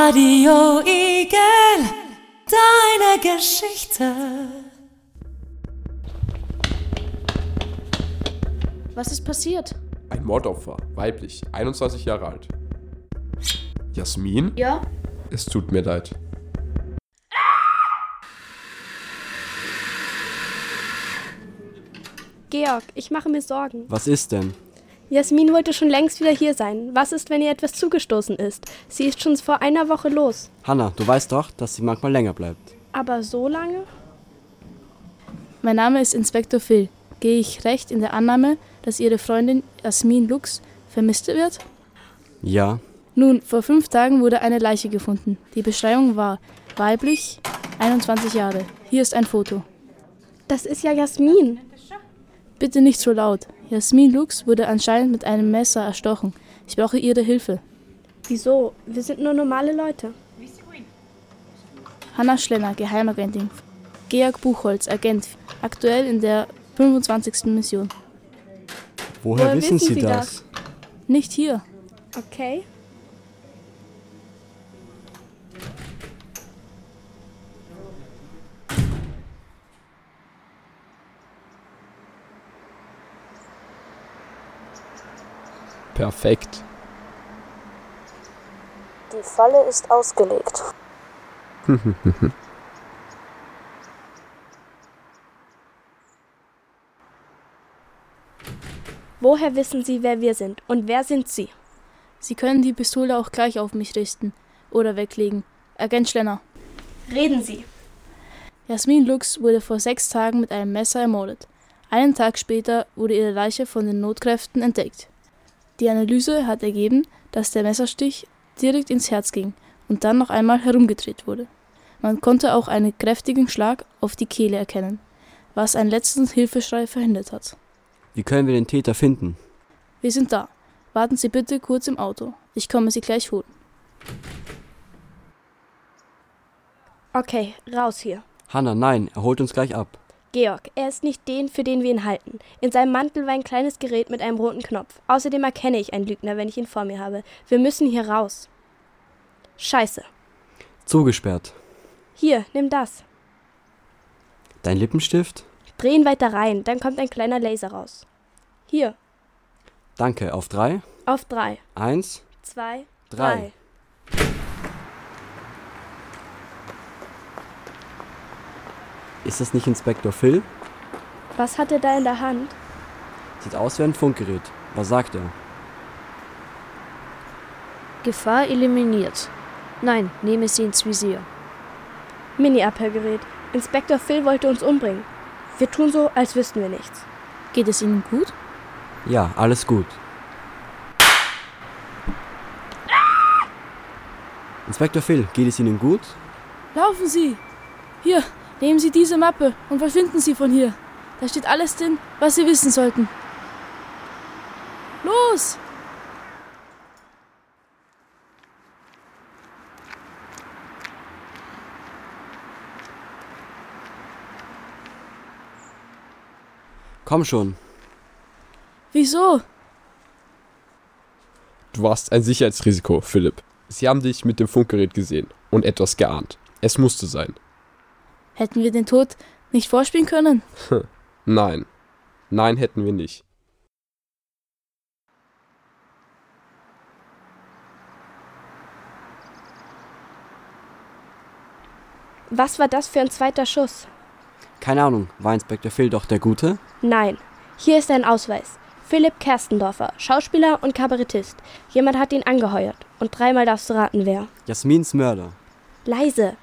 Radio Igel, deine Geschichte. Was ist passiert? Ein Mordopfer, weiblich, 21 Jahre alt. Jasmin, Ja? es tut mir leid. Georg, ich mache mir Sorgen. Was ist denn? Jasmin wollte schon längst wieder hier sein. Was ist, wenn ihr etwas zugestoßen ist? Sie ist schon vor einer Woche los. Hanna, du weißt doch, dass sie manchmal länger bleibt. Aber so lange? Mein Name ist Inspektor Phil. Gehe ich recht in der Annahme, dass Ihre Freundin Jasmin Lux vermisst wird? Ja, Nun, vor fünf Tagen wurde eine Leiche gefunden. Die Beschreibung war weiblich, 21 Jahre. Hier ist ein Foto. Das ist ja Jasmin. Bitte nicht so laut. Jasmin Lux wurde anscheinend mit einem Messer erstochen. Ich brauche Ihre Hilfe. Wieso? Wir sind nur normale Leute. Hanna Schlenner, Geheimagentin. Georg Buchholz, Agent. Aktuell in der 25. Mission. woher, Woher wissen, wissen Sie Sie das? Nicht hier. Okay. Perfekt. Die Falle ist ausgelegt. Woher wissen Sie, wer wir sind? Und wer sind Sie? Sie können die Pistole auch gleich auf mich richten oder weglegen. Agent Schlenner. Reden Sie. Jasmin Lux wurde vor sechs Tagen mit einem Messer ermordet. Einen Tag später wurde ihre Leiche von den Notkräften entdeckt. Die Analyse hat ergeben, dass der Messerstich direkt ins Herz ging und dann noch einmal herumgedreht wurde. Man konnte auch einen kräftigen Schlag auf die Kehle erkennen, was einen letzten Hilfeschrei verhindert hat. Wie können wir den Täter finden? Wir sind da. Warten Sie bitte kurz im Auto. Ich komme Sie gleich holen. Okay, raus hier. Hanna, nein, er holt uns gleich ab. Georg, er ist nicht den, für den wir ihn halten. In seinem Mantel war ein kleines Gerät mit einem roten Knopf. Außerdem erkenne ich einen Lügner, wenn ich ihn vor mir habe. Wir müssen hier raus. Scheiße. Zugesperrt. Hier, nimm das. Dein Lippenstift? Dreh ihn weiter rein, dann kommt ein kleiner Laser raus. Hier, Danke, auf drei. auf drei, Eins. zwei, drei. Drei. Ist das nicht Inspektor Phil? Was hat er da in der Hand? Sieht aus wie ein Funkgerät. Was sagt er? Gefahr eliminiert. Nein, nehme sie ins Visier. Mini-Abhörgerät. Inspektor Phil wollte uns umbringen. Wir tun so, als wüssten wir nichts. Geht es Ihnen gut? Ja, alles gut. Inspektor Phil, geht es Ihnen gut? Laufen Sie! Hier, nehmen Sie diese Mappe und verschwinden Sie von hier. Da steht alles drin, was Sie wissen sollten. Los! Komm schon. Wieso? Du warst ein Sicherheitsrisiko, Philipp. Sie haben dich mit dem Funkgerät gesehen und etwas geahnt. Es musste sein. Hätten wir den Tod nicht vorspielen können? Nein. Nein hätten wir nicht. Was war das für ein zweiter Schuss? Keine Ahnung, war Inspektor Phil doch der Gute? Nein. Hier ist ein Ausweis. Philipp Kerstendorfer, Schauspieler und Kabarettist. Jemand hat ihn angeheuert. Und dreimal darfst du raten, wer. Jasmins Mörder. Leise.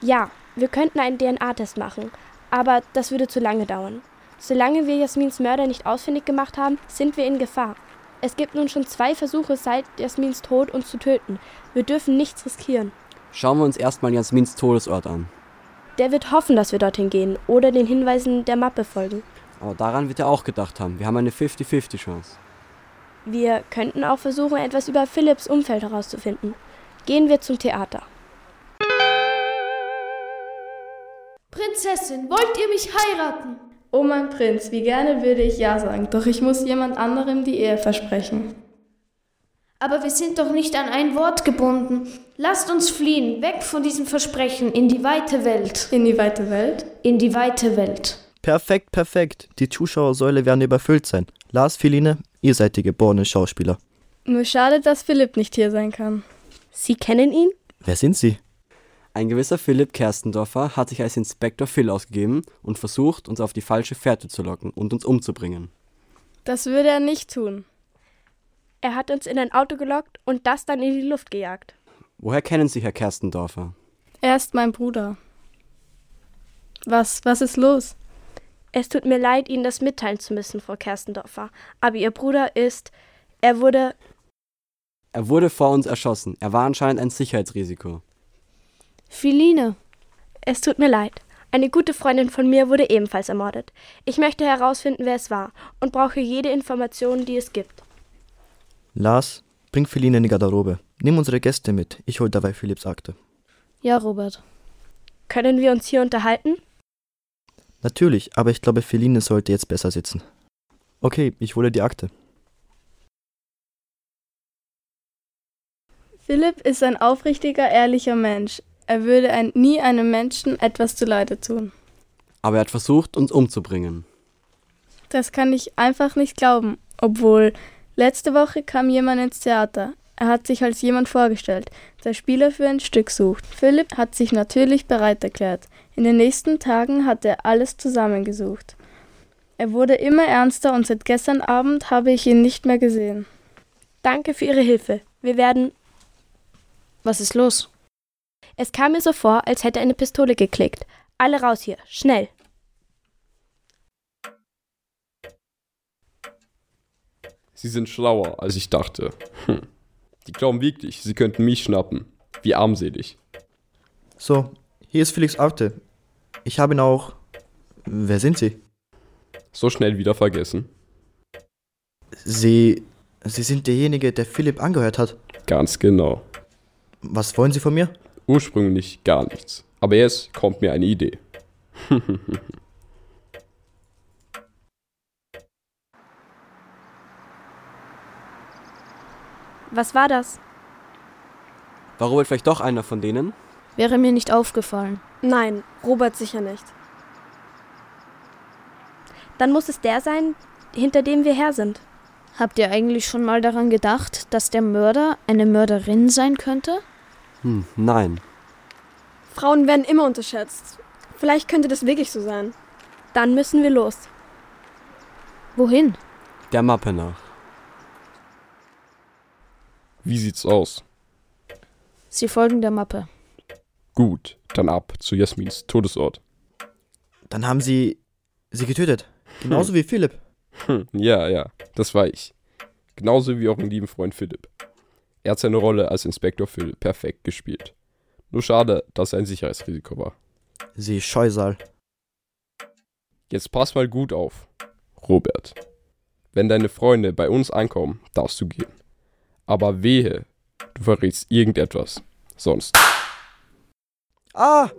Ja, wir könnten einen DNA-Test machen, aber das würde zu lange dauern. Solange wir Jasmins Mörder nicht ausfindig gemacht haben, sind wir in Gefahr. Es gibt nun schon zwei Versuche seit Jasmins Tod, uns zu töten. Wir dürfen nichts riskieren. Schauen wir uns erstmal Jasmins Todesort an. Der wird hoffen, dass wir dorthin gehen oder den Hinweisen der Mappe folgen. Aber daran wird er auch gedacht haben. Wir haben eine 50-50 Chance. Wir könnten auch versuchen, etwas über Philipps Umfeld herauszufinden. Gehen wir zum Theater. Prinzessin, wollt ihr mich heiraten? Oh mein Prinz, wie gerne würde ich ja sagen, doch ich muss jemand anderem die Ehe versprechen. Aber wir sind doch nicht an ein Wort gebunden. Lasst uns fliehen, weg von diesem Versprechen, in die weite Welt. In die weite Welt? In die weite Welt. Perfekt, perfekt. Die Zuschauersäule werden überfüllt sein. Lars, Feline, ihr seid die geborenen Schauspieler. Nur schade, dass Philipp nicht hier sein kann. Sie kennen ihn? Wer sind Sie? Ein gewisser Philipp Kerstendorfer hat sich als Inspektor Phil ausgegeben und versucht, uns auf die falsche Fährte zu locken und uns umzubringen. Das würde er nicht tun. Er hat uns in ein Auto gelockt und das dann in die Luft gejagt. Woher kennen Sie Herr Kerstendorfer? Er ist mein Bruder. Was, was ist los? Es tut mir leid, Ihnen das mitteilen zu müssen, Frau Kerstendorfer, aber Ihr Bruder ist. Er wurde. Er wurde vor uns erschossen. Er war anscheinend ein Sicherheitsrisiko. Philine. Es tut mir leid. Eine gute Freundin von mir wurde ebenfalls ermordet. Ich möchte herausfinden, wer es war und brauche jede Information, die es gibt. Lars, bring Feline in die Garderobe. Nimm unsere Gäste mit. Ich hol dabei Philipps Akte. Ja, Robert. Können wir uns hier unterhalten? Natürlich, aber ich glaube, Feline sollte jetzt besser sitzen. Okay, ich hole die Akte. Philipp ist ein aufrichtiger, ehrlicher Mensch. Er würde ein, nie einem Menschen etwas zuleide tun. Aber er hat versucht, uns umzubringen. Das kann ich einfach nicht glauben, obwohl letzte Woche kam jemand ins Theater. Er hat sich als jemand vorgestellt, der Spieler für ein Stück sucht. Philipp hat sich natürlich bereit erklärt. In den nächsten Tagen hat er alles zusammengesucht. Er wurde immer ernster und seit gestern Abend habe ich ihn nicht mehr gesehen. Danke für Ihre Hilfe. Wir werden. Was ist los? Es kam mir so vor, als hätte eine Pistole geklickt. Alle raus hier, schnell. Sie sind schlauer, als ich dachte. Hm. Die glauben wirklich, sie könnten mich schnappen. Wie armselig. So, hier ist Felix Akte. Ich habe ihn auch. Wer sind Sie? So schnell wieder vergessen. Sie. Sie sind derjenige, der Philipp angehört hat. Ganz genau. Was wollen Sie von mir? Ursprünglich gar nichts. Aber jetzt kommt mir eine Idee. Was war das? War Robert vielleicht doch einer von denen? Wäre mir nicht aufgefallen. Nein, Robert sicher nicht. Dann muss es der sein, hinter dem wir her sind. Habt ihr eigentlich schon mal daran gedacht, dass der Mörder eine Mörderin sein könnte? Hm, nein. Frauen werden immer unterschätzt. Vielleicht könnte das wirklich so sein. Dann müssen wir los. Wohin? Der Mappe nach. Wie sieht's aus? Sie folgen der Mappe. Gut, dann ab zu Jasmins Todesort. Dann haben Sie. Sie getötet. Genauso wie Philipp. Hm, ja, ja, das war ich. Genauso wie euren lieben Freund Philipp. Er hat seine Rolle als Inspektor Phil perfekt gespielt. Nur schade, dass er ein Sicherheitsrisiko war. Sie Scheusal. Jetzt pass mal gut auf, Robert. Wenn deine Freunde bei uns ankommen, darfst du gehen. Aber wehe, du verrätst irgendetwas. Sonst. Ah!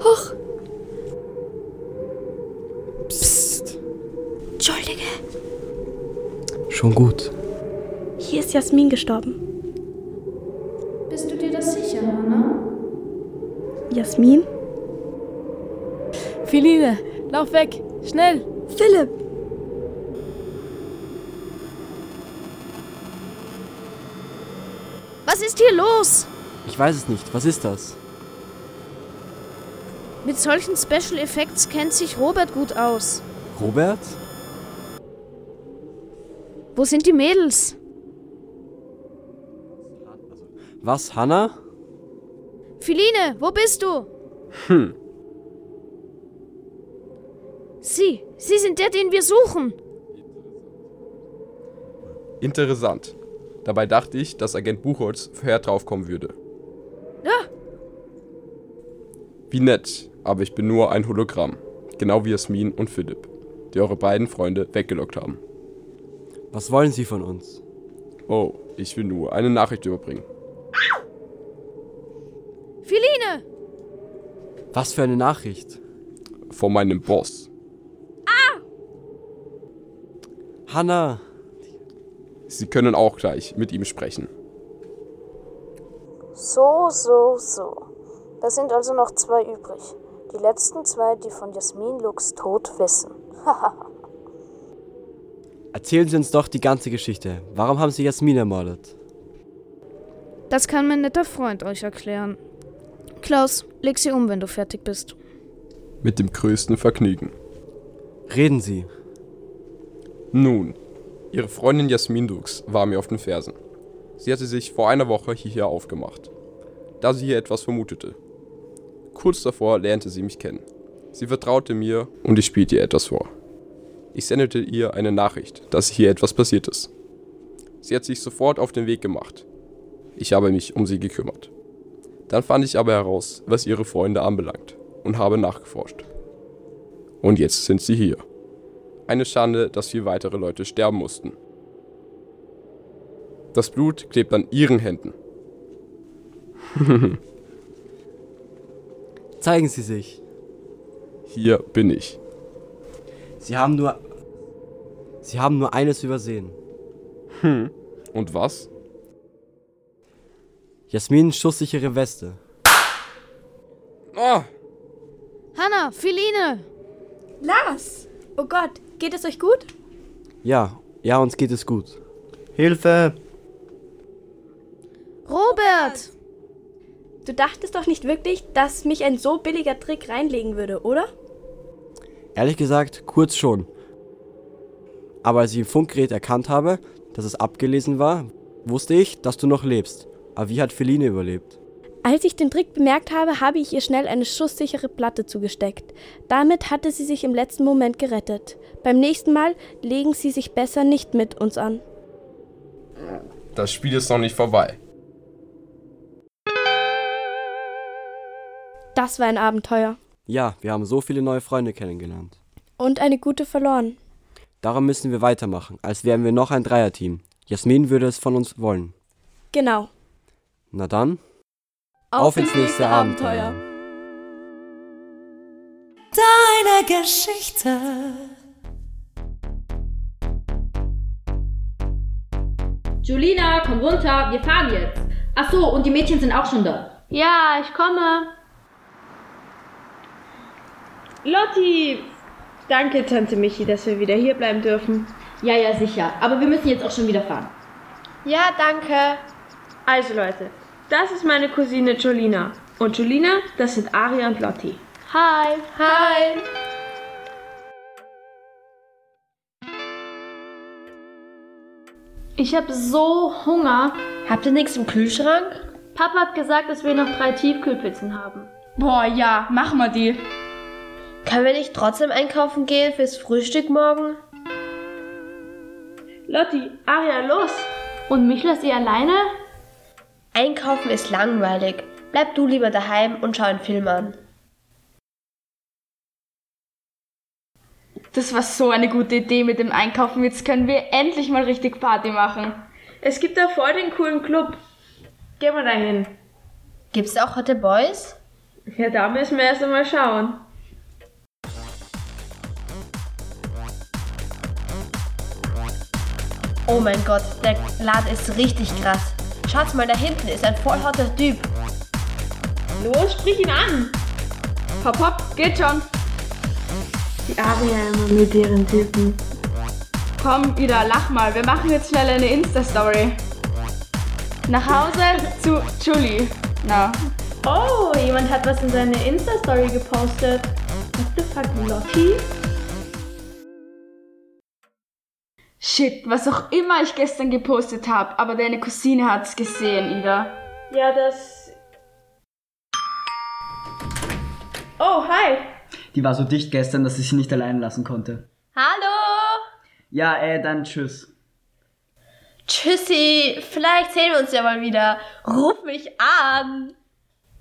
Huch, Psst. entschuldige. Schon gut. Hier ist Jasmin gestorben. Bist du dir das sicher, Hanna? Jasmin? Feline, lauf weg! Schnell! Philipp! Was ist hier los? Ich weiß es nicht. Was ist das? Mit solchen Special Effects kennt sich Robert gut aus. Robert? Wo sind die Mädels? Was, Hanna? Philine, wo bist du? Hm, Sie, Sie sind der, den wir suchen. interessant. Dabei dachte ich, dass Agent Buchholz vorher draufkommen würde. Ah, Wie nett, aber ich bin nur ein Hologramm. Genau wie Jasmin und Philipp, die eure beiden Freunde weggelockt haben. Was wollen Sie von uns? Oh, ich will nur eine Nachricht überbringen. Philine! Was für eine Nachricht? von meinem Boss. Hanna! Sie können auch gleich mit ihm sprechen. So, so, so. Da sind also noch zwei übrig. Die letzten zwei, die von Jasmin Lux Tod wissen. Haha. Erzählen Sie uns doch die ganze Geschichte. Warum haben Sie Jasmin ermordet? Das kann mein netter Freund euch erklären. Klaus, leg sie um, wenn du fertig bist. Mit dem größten Vergnügen. Reden Sie. Nun, ihre Freundin Jasmin Dux war mir auf den Fersen. Sie hatte sich vor einer Woche hierher aufgemacht, da sie hier etwas vermutete. Kurz davor lernte sie mich kennen. Sie vertraute mir und ich spielte ihr etwas vor. Ich sendete ihr eine Nachricht, dass hier etwas passiert ist. Sie hat sich sofort auf den Weg gemacht. Ich habe mich um sie gekümmert. Dann fand ich aber heraus, was ihre Freunde anbelangt und habe nachgeforscht. Und jetzt sind sie hier. Eine Schande, dass vier weitere Leute sterben mussten. Das Blut klebt an ihren Händen. Zeigen Sie sich. Hier bin ich. Sie haben nur. Sie haben nur eines übersehen. Und was? Jasmin schusssichere Weste. Ah, Hanna, Philine! Lars! Oh Gott, geht es euch gut? Ja, ja, uns geht es gut. Hilfe! Robert! Du dachtest doch nicht wirklich, dass mich ein so billiger Trick reinlegen würde, oder? Ehrlich gesagt, kurz schon. Aber als ich im Funkgerät erkannt habe, dass es abgelesen war, wusste ich, dass du noch lebst. Aber wie hat Feline überlebt? Als ich den Trick bemerkt habe, habe ich ihr schnell eine schusssichere Platte zugesteckt. Damit hatte sie sich im letzten Moment gerettet. Beim nächsten Mal legen sie sich besser nicht mit uns an. das Spiel ist noch nicht vorbei. Das war ein Abenteuer. Ja, wir haben so viele neue Freunde kennengelernt. Und eine gute verloren. Darum müssen wir weitermachen, als wären wir noch ein Dreierteam. Jasmin würde es von uns wollen. Genau. Na dann, Deine Geschichte. Julina, komm runter, wir fahren jetzt. Ach so, und die Mädchen sind auch schon da. Ja, ich komme. Lotti! Danke, Tante Michi, dass wir wieder hier bleiben dürfen. Ja, ja, sicher. Aber wir müssen jetzt auch schon wieder fahren. Ja, danke. Also Leute, das ist meine Cousine Jolina. Und Jolina, das sind Aria und Lotti. Hi. Hi. Ich habe so Hunger. Habt ihr nichts im Kühlschrank? Papa hat gesagt, dass wir noch drei Tiefkühlpizzen haben. Boah, ja, mach mal die. Können wir nicht trotzdem einkaufen gehen fürs Frühstück morgen? Lotti, Aria, los! Und mich lasst ihr alleine? Einkaufen ist langweilig. Bleib du lieber daheim und schau einen Film an. Das war so eine gute Idee mit dem Einkaufen. Jetzt können wir endlich mal richtig Party machen. Es gibt da voll den coolen Club. Gehen wir dahin. Gibt's auch Hotte Boys? Ja, da müssen wir erst einmal schauen. Oh mein Gott, der Laden ist richtig krass. Schaut mal, da hinten ist ein voll hotter Typ. Los, sprich ihn an! Hopp, hopp, geht schon. Die Aria immer mit ihren Typen. Komm, Ida, lach mal. Wir machen jetzt schnell eine Insta-Story. Nach Hause zu Julie. Na, Oh, jemand hat was in seine Insta-Story gepostet. What the fuck, Lotti? shit, was auch immer ich gestern gepostet habe. Aber deine Cousine hat's gesehen, Ida. Ja, das. Oh, hi! Die war so dicht gestern, dass ich sie nicht allein lassen konnte. Hallo! Ja, äh, dann tschüss. Tschüssi, vielleicht sehen wir uns ja mal wieder. Ruf mich an!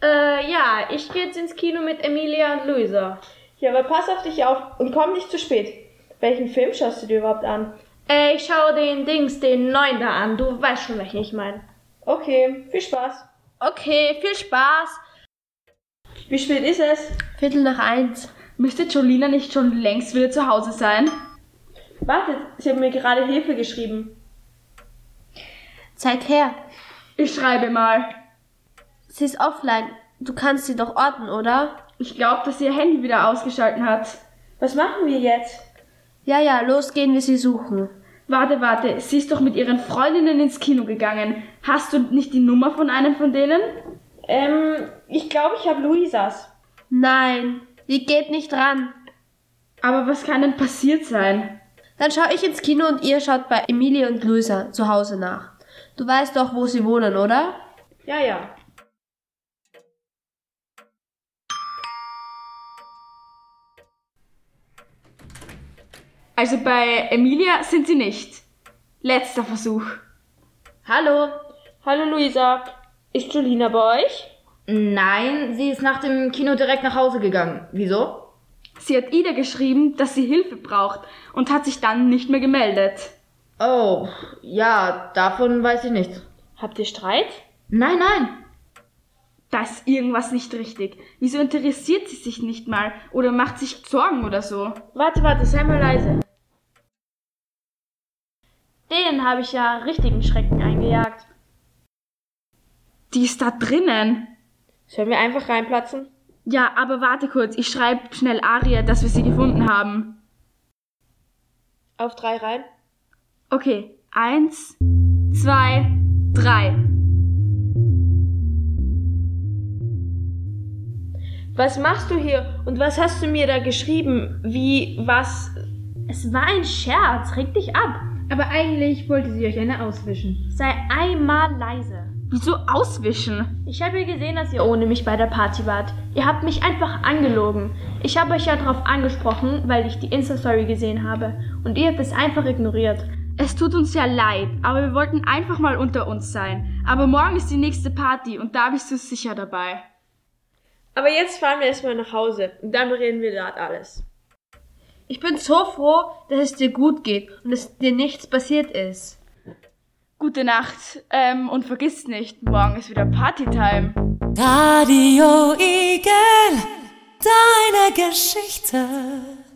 Äh, ja, ich gehe jetzt ins Kino mit Emilia und Luisa. Ja, aber pass auf dich auf und komm nicht zu spät. Welchen Film schaust du dir überhaupt an? Äh, ich schaue den Dings, den neuen da an. Du weißt schon, welchen ich meine. Okay, viel Spaß. Okay, viel Spaß. Wie spät ist es? Viertel nach eins. Müsste Jolina nicht schon längst wieder zu Hause sein? Wartet, sie haben mir gerade Hilfe geschrieben. Zeig her. Ich schreibe mal. Sie ist offline. Du kannst sie doch orten, oder? Ich glaube, dass ihr Handy wieder ausgeschalten hat. Was machen wir jetzt? Ja, ja, los gehen wir sie suchen. Warte, warte, sie ist doch mit ihren Freundinnen ins Kino gegangen. Hast du nicht die Nummer von einem von denen? Ähm, ich glaube, ich habe Luisas. Nein, die geht nicht ran. Aber was kann denn passiert sein? Dann schaue ich ins Kino und ihr schaut bei Emilie und Luisa zu Hause nach. Du weißt doch, wo sie wohnen, oder? Ja, ja. Also bei Emilia sind sie nicht. Letzter Versuch. Hallo. Hallo Luisa. Ist Julina bei euch? Nein, sie ist nach dem Kino direkt nach Hause gegangen. Wieso? Sie hat Ida geschrieben, dass sie Hilfe braucht und hat sich dann nicht mehr gemeldet. Oh, ja, davon weiß ich nichts. Habt ihr Streit? Nein, nein. Da ist irgendwas nicht richtig. Wieso interessiert sie sich nicht mal oder macht sich Sorgen oder so? Warte, warte, sei mal leise. Den habe ich ja richtigen Schrecken eingejagt. Die ist da drinnen. Sollen wir einfach reinplatzen? Ja, aber warte kurz. Ich schreibe schnell Aria, dass wir sie gefunden haben. Auf drei rein. Okay, eins, zwei, drei. Was machst du hier und was hast du mir da geschrieben? Wie, was? Es war ein Scherz, reg dich ab. Aber eigentlich wollte sie euch eine auswischen. Sei einmal leise. Wieso auswischen? Ich habe gesehen, dass ihr ohne mich bei der Party wart. Ihr habt mich einfach angelogen. Ich habe euch ja darauf angesprochen, weil ich die Insta-Story gesehen habe. Und ihr habt es einfach ignoriert. Es tut uns ja leid, aber wir wollten einfach mal unter uns sein. Aber morgen ist die nächste Party und da bist du sicher dabei. Aber jetzt fahren wir erstmal nach Hause und dann reden wir dort alles. Ich bin so froh, dass es dir gut geht und dass dir nichts passiert ist. Gute Nacht ähm, und vergiss nicht, morgen ist wieder Partytime. Radio Igel, deine Geschichte.